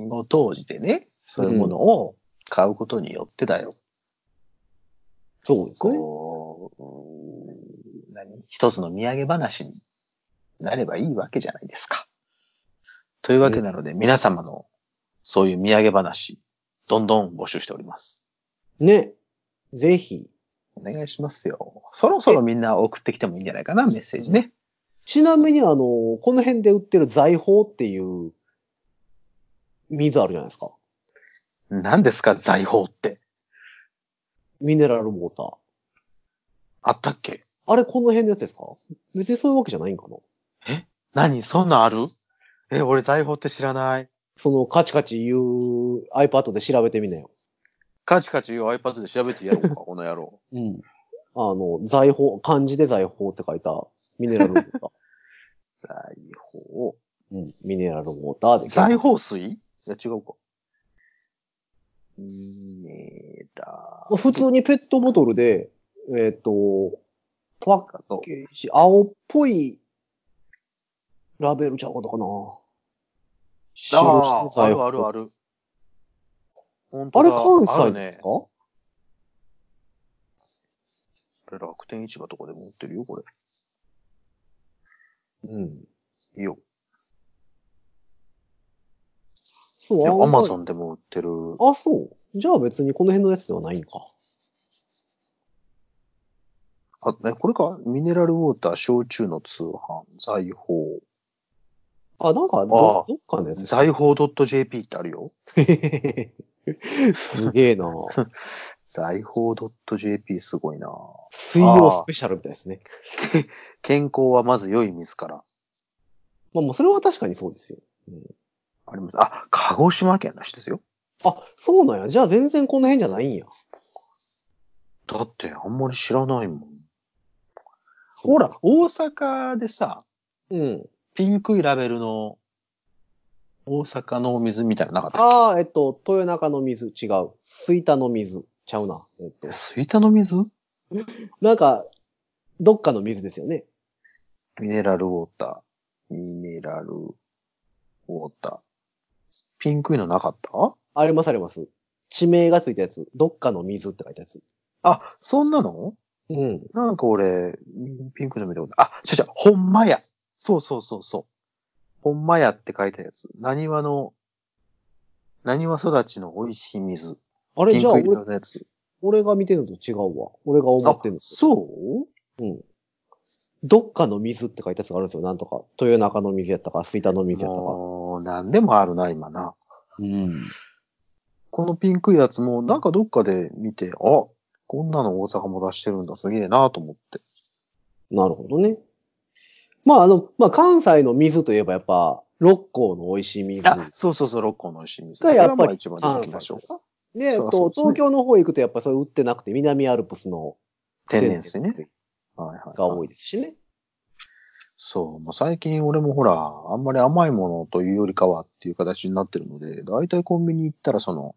ご当時でね、そういうものを買うことによってだよ。
そうですね。
こう、うん何一つの土産話になればいいわけじゃないですか。というわけなので、皆様のそういう土産話、どんどん募集しております。
ね。ぜひ。
お願いしますよ。そろそろみんな送ってきてもいいんじゃないかな、メッセージね。
ちなみに、あの、この辺で売ってる財宝っていう、水あるじゃないですか。
何ですか、財宝って。
ミネラルウォーター。
あったっけ
あれ、この辺のやつですか別にそういうわけじゃないんかな
何そんなんあるえ、俺財宝って知らない。
その、カチカチ言う iPad で調べてみなよ。
カチカチ言う iPad で調べてやろう か、この野郎。
うん。あの、財宝、漢字で財宝って書いたミネラルウォ ーター。
財宝。
うん。ミネラルウォーターで。
財宝水いや、違うか。ミネラ
普通にペットボトルで、えっ、と、パッ
ーと、
ケージ、青っぽいラベルちゃうかったかな。
あ
白
あ、あ
財
る
布
あるある。本
あ
当
れ
だ
関
ある
西
ね
ですか、
これ楽天市場とかでも売ってるよ、これ。
うん。
いいよ。
そう、
アマゾ
ン。
ンでも売ってる。
あ、そう。じゃあ別にこの辺のやつではないんか。
あ、え、これかミネラルウォーター、焼酎の通販、財宝。
あ、なんか
ああ
ど、どっかのやつですか
財宝 .jp ってあるよ。
すげえな
財宝 .jp すごいな
水曜スペシャルみたいですね。
健康はまず良い水から。
まあもうそれは確かにそうですよ。
あります。あ、鹿児島県の人ですよ。
あ、そうなんや。じゃあ全然この辺じゃないんや。
だってあんまり知らないもん。ほら、大阪でさ、
うん。
ピンクいラベルの大阪のお水みたいなのなかったっ
ああ、えっと、豊中の水、違う。吹田の水、ちゃうな。えっと
け、吹田の水
なんか、どっかの水ですよね。
ミネラルウォーター。ミネラルウォーター。ピンクいのなかった
ありますあります。地名がついたやつ。どっかの水って書いたやつ。
あ、そんなの
うん。
なんか俺、ピンクいの見たことない。あ、違う違う、ほんまや。そうそうそうそう。ほんまやって書いたやつ。何わの、何わ育ちの美味しい水。
あれ、
ピン
じゃあ
ク
俺、
色のやつ。
俺が見てるのと違うわ。俺が思ってるの
あ。そう
うん。どっかの水って書いたやつがあるんですよ。なんとか。豊中の水やったか、吹田の水やったか。
もう、何でもあるな、今な。
うん。
このピンクいやつも、なんかどっかで見て、あ、こんなの大阪も出してるんだ、すげえなと思って。
なるほどね。まあ、あの、まあ、関西の水といえばやっぱ、六甲の美味しい水。
あ、そうそうそう、六甲の美味しい水。
がやっぱり
これはまあ一番出てきましょうか。
で、えっ
そうそう
と、
そう
東京の方行くとやっぱそれ売ってなくて、南アルプスの
天然水ね。はいはい。
が多
い。
いですしね。
そう、もう最近俺もほら、あんまり甘いものというよりかはっていう形になってるので、大体コンビニ行ったらその、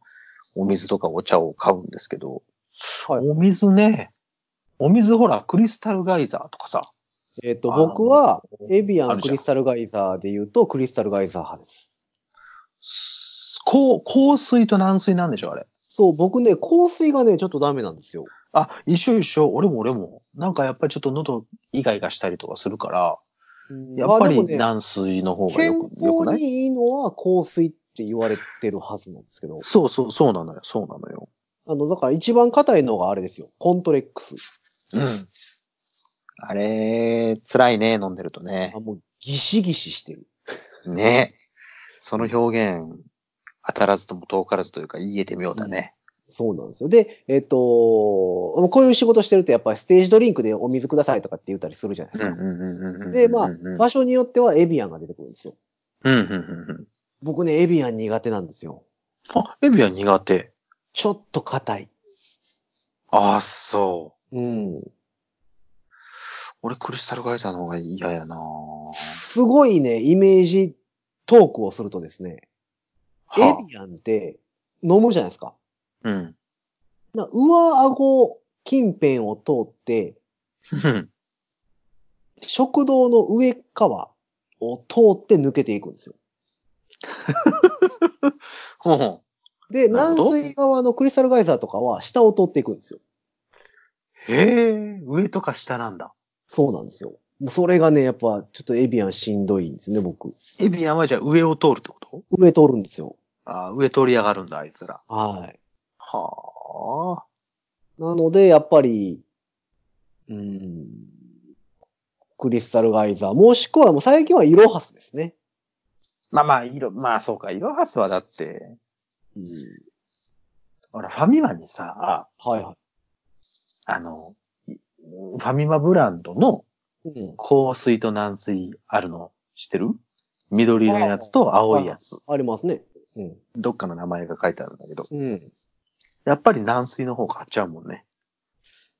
お水とかお茶を買うんですけど、
はい
お水ね、お水ほら、クリスタルガイザーとかさ、
えっ、と、
あの
僕は、エビア
あ
ン
る
ク
じゃん
リスタルガイザーで言うと、クリスタルガイザー派です。
こう硬水と軟水なんでしょ、あれ。
そう、僕ね、香水がね、ちょっとダメなんですよ。
あ、一緒一緒、俺も俺も。なんかやっぱりちょっと喉イガイガしたりとかするから、やっぱり
まあ
軟水の方が
で
よ
もね、
く
健
よく
康
ない
にいいのは香水って言われてるはずなんですけど、
そうそう、そうなのよ、そうなのよ。
あの、だから一番硬いのがあれですよ。コントレックス。
うん。あれ、辛いね、飲んでるとね
あ。もう、ギシギシしてる。
ね。その表現、当たらずとも遠からずというか言えてみようだね。
そうなんですよ。で、えっ、と、こういう仕事してると、やっぱりステージドリンクでお水くださいとかって言ったりするじゃないですか。で、まあ、場所によってはエビアンが出てくるんですよ。
うんうんうん
僕ね、エビアン苦手なんですよ。
うん。あ、エビは苦手。
ちょっと硬い。
ああ、そう。
うん。
俺、クリスタルガイザーの方が嫌やなぁ
すごいね、イメージトークをするとですね、エ
は
ビアンって飲むじゃないですか。
あうん。
な上顎近辺を通って、
うん
食道の上側を通って抜けていくんですよ。
ほうほう
で、
な
軟
るほど
水側のクリスタルガイザーとかは下を通っていくんですよ。
へえ、上とか下なんだ。
そうなんですよ。もうそれがね、やっぱちょっとエビアンしんどいんですね、僕。
エビアンはじゃあ上を通るってこと
上通るんですよ。
ああ、上通り上がるんだ、あいつら。
はい。
はあ。
なので、やっぱり、うーん、クリスタルガイザー、もしくはもう最近はイロハスですね。
まあまあ、色、まあそうか、色ハスはだって、
うん、
ほら、ファミマにさ、
はいは
あの、いファミマブランドの
い。うん、
香水と軟水あるの知ってる緑色のやつと青いやつ。
ありますね。
どっかの名前が書いてあるんだけど。
うん。うん。
やっぱり軟水の方買っちゃうもんね。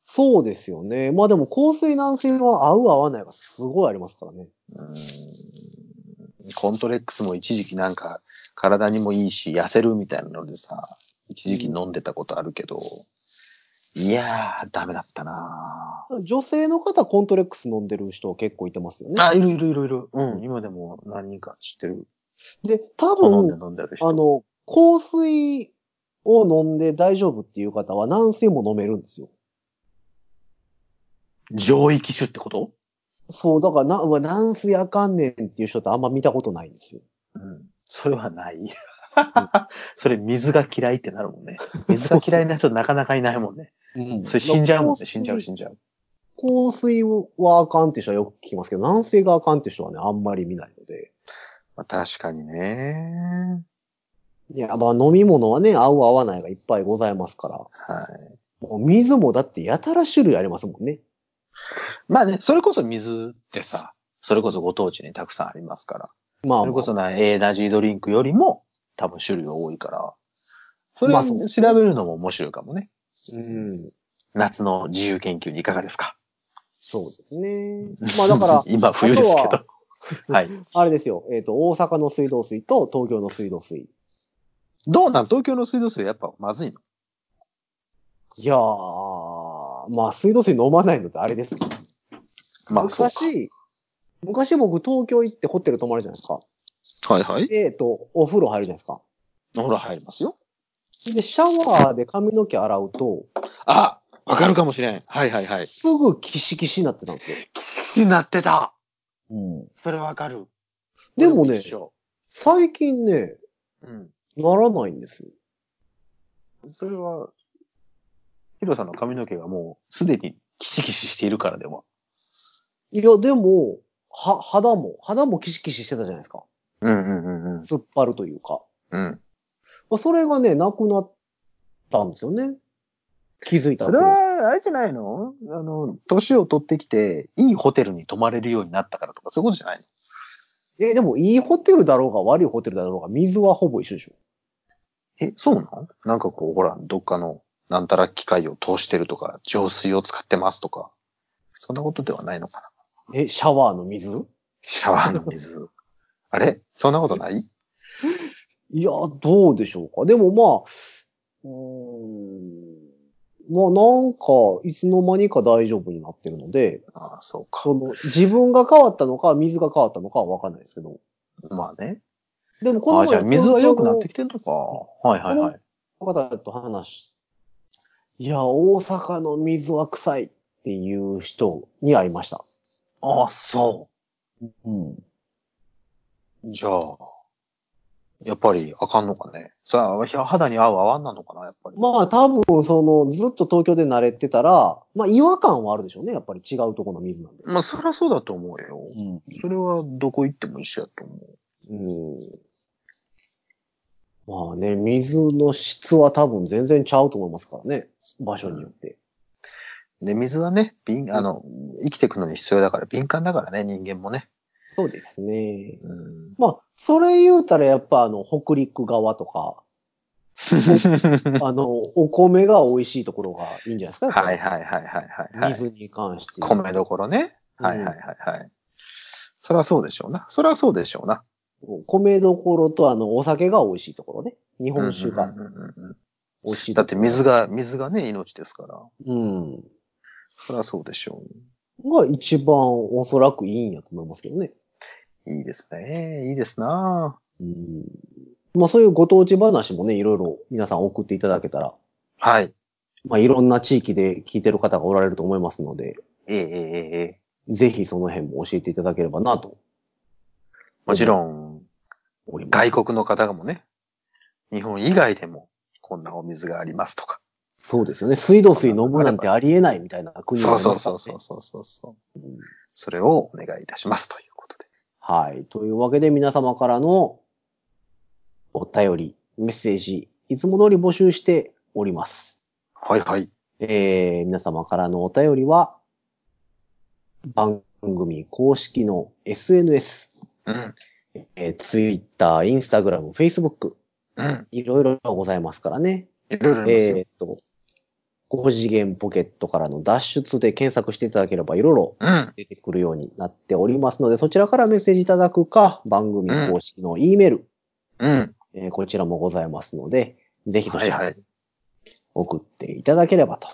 そうですよね。まあでも、香水軟水は合う合わないがすごいありますからね。
うーんコントレックスも一時期なんか体にもいいし痩せるみたいなのでさ、一時期飲んでたことあるけど、いやー、ダメだったな
女性の方、コントレックス飲んでる人結構いてますよ
ぁ
ね。
あ、いるいるいるいる。うん、今でも何人か知ってる。
で、多
飲んで
分、
飲んでる人。
あの、香水を飲んで大丈夫っていう方は軟水も飲めるんですよ。
上位機種ってこと
そう、だからな、うわ、軟水あかんねんっていう人ってあんま見たことないんですよ。
うん。それは ない。それ水が嫌いってなるもんね。 水が嫌いな人なかなかいないもんね。
うん
それ死んじゃうもんね。死んじゃう死
香
んじゃう。
水はあかんって人はよく聞きますけど、軟水があかんって人はね、あんまり見ないので。
まあ、確かにね。
いや、まあ飲み物はね、合う合わないがいっぱいございますから。
はい。
もう水もだってやたら種類ありますもんね。
まあね、それこそ水ってさ、それこそご当地にたくさんありますから。
まあ、
それこそな、エナジードリンクよりも多分種類が多いから。それ
まあ
を
そう
調べるのも面白いかもね。
うん。
夏の自由研究にいかがですか、
そうですね。まあだから
今 冬ですけ
あと
ど。はい。
あれですよ。えっ、と、大阪の水道水と東京の水道水。
どうなん東京の水道水やっぱまずいの
いやー、まあ水道水飲まないのってあれですけど
まあそう
昔、昔僕東京行ってホテル泊まるじゃないですか。
か。はいはい。
で、えっと、お風呂入るじゃないですか。
ほら入りますよ。
で、シャワーで髪の毛洗うと、
あわかるかもしれん。はいはいはい。
すぐキシキシになってたんですよ。
キシキシになってた
うん、
それわかる。
でもね
俺一緒
最近ね、
うん。
ならないんですよ。
それは、ヒロさんの髪の毛がもうすでにキシキシしているからでも。
いや、でも、は、肌も、肌もキシキシしてたじゃないですか。
うんうんうんうん。
突っ張るというか。
うん。
まあそれがね、なくなったんですよね。気づいた
そ
ら
れは、あれじゃないのあの、年を取ってきて、いいホテルに泊まれるようになったからとか、そういうことじゃないの
え、でも、いいホテルだろうが悪いホテルだろうが、水はほぼ一緒でしょ。
え、そうなのなんかこう、ほら、どっかの、なんたら機械を通してるとか、浄水を使ってますとか、そんなことではないのか
え、シャワーの水
シャワーの水。 あれそんなことない
いや、どうでしょうか。でもまあ、うーん、まあなんか、いつの間にか大丈夫になってるので、
ああ、そう
その自分が変わったのか、水が変わったのかはわかんないですけど。
か。まあね。
でもこの
ああ、
前
じゃあ水は良くなって
き
きてんのか。はいはいはい。
た方と話し、いや、大阪の水は臭いっていう人に会いました。
ああ、そ
うん。
う。じゃあ、やっぱりあかんのかね。さあ、いや肌に合う合わんなのかな、やっぱり。
まあ多分、その、ずっと東京で慣れてたら、まあ違和感はあるでしょうね。やっぱり違うところの水なんで。
まあ、そりゃそうだと思うよ。
うん。
それはどこ行っても一緒やと思う。
うんまあね、水の質は多分全然ちゃうと思いますからね。場所によって。
で、水はね、敏、あの、生きていくのに必要だから、敏感だからね、人間もね。
そうですね。
うん。
まあ、それ言うたらやっぱあの、北陸側と か、あの、お米が美味しいところがいいんじゃないですか。
はいはいはいはいはい。はい。
水に関して。
米どころね。はいはいはいはい。そりゃそうでしょうな。そりゃそうでしょうな。
米どころとあの、お酒が美味しいところね。日本酒
う
が
んうんうんうん
美味しい
だ
とこ
って水が、水がね、命ですから。
ろ。うん。
そりゃそうでしょ
が一番おそらくいいんやと思いますけどね。
う。いいですね。いいですな
うんまあそういうご当地話もね、いろいろ皆さん送っていただけたら、
はい。
まあいろんな地域で聞いてる方がおられると思いますので、
ええええええ。
ぜひその辺も教えていただければなと
もちろん、
思います。
外国の方もね、日本以外でも、こんなお水がありますとか。
そうですよね。水道水飲むなんてありえないみたいな国もあ
そう
り
そ
ま
う
すから
そう
ね
そうそうそうそう。
うん
それをお願いいたしますということで。
はい。というわけで皆様からのお便り、メッセージ、いつも通り募集しております。
はいはい。
えー皆様からのお便りは、番組公式の SNS、
うん。
えー、Twitter、Instagram、Facebook、
うん。
いろいろございますからね。
いろいろありますよ。
えーっと、5次元ポケットからの脱出で検索していただければいろいろ
うん。
出てくるようになっておりますので、そちらからメッセージいただくか、番組公式の E メール、
うん。
えーこちらもございますので、ぜひそ
は
ち
い
らに
はい。
送っていただければと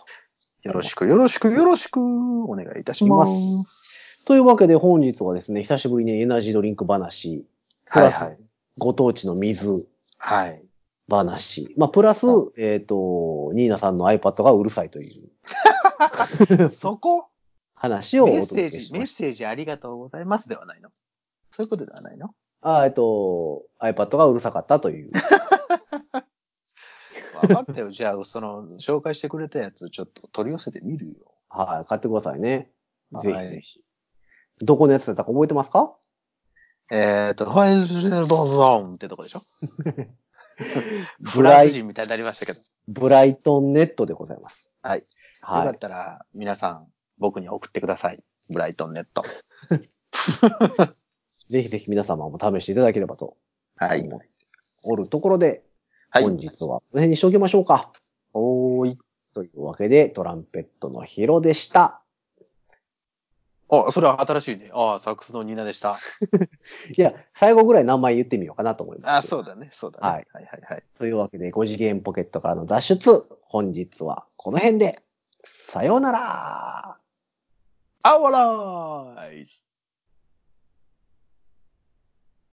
よろしく、よろしく、よろしく、お願いいたし
思い
ま。
ますす。というわけで本日はですね、久しぶりにエナジードリンク話、プ
はい
ラス
はい。
ご当地の水
はい。
話、まあ、プラス、えっ、と、ニーナさんの iPad がうるさいという
そこ、
話
メ
をお
ッセー
届けし
ジ、メ
ま
ッ
し
セージありがとうございますではないの。そういうことではないの
た。あえっ、と、iPad がうるさかったと いう。
分かった よ。じゃあ、その、紹介してくれたやつ、ちょっと取り寄せてみるよ。
はい、買ってくださいね。ぜひ
はい
ぜひ。どこのやつだったか覚えてますか
えっと、ファイルドゾーンってとこで しょフ
ブ
ラ
ラ
ンス
イ、
人みたいになりましたけど。
ブライトンネットでございます。
はい。よ
は
かっ
い。
たら、皆さん、僕に送ってください。ブライトンネット。
ぜひぜひ皆様も試していただければと
は
思
い。
っておるところで、
はい。
本日はこの辺にしておきましょうか。
おーい。
というわけで、トランペットのヒロでした。
あ、それは新しいね。ああ、サックスのニーナでした。
いや、最後ぐらい名前言ってみようかなと思います。
あそうだね。そうだね。
はい
はいはいはい。
というわけで、5次元ポケットからの脱出、本日はこの辺で、さようなら
アワライズ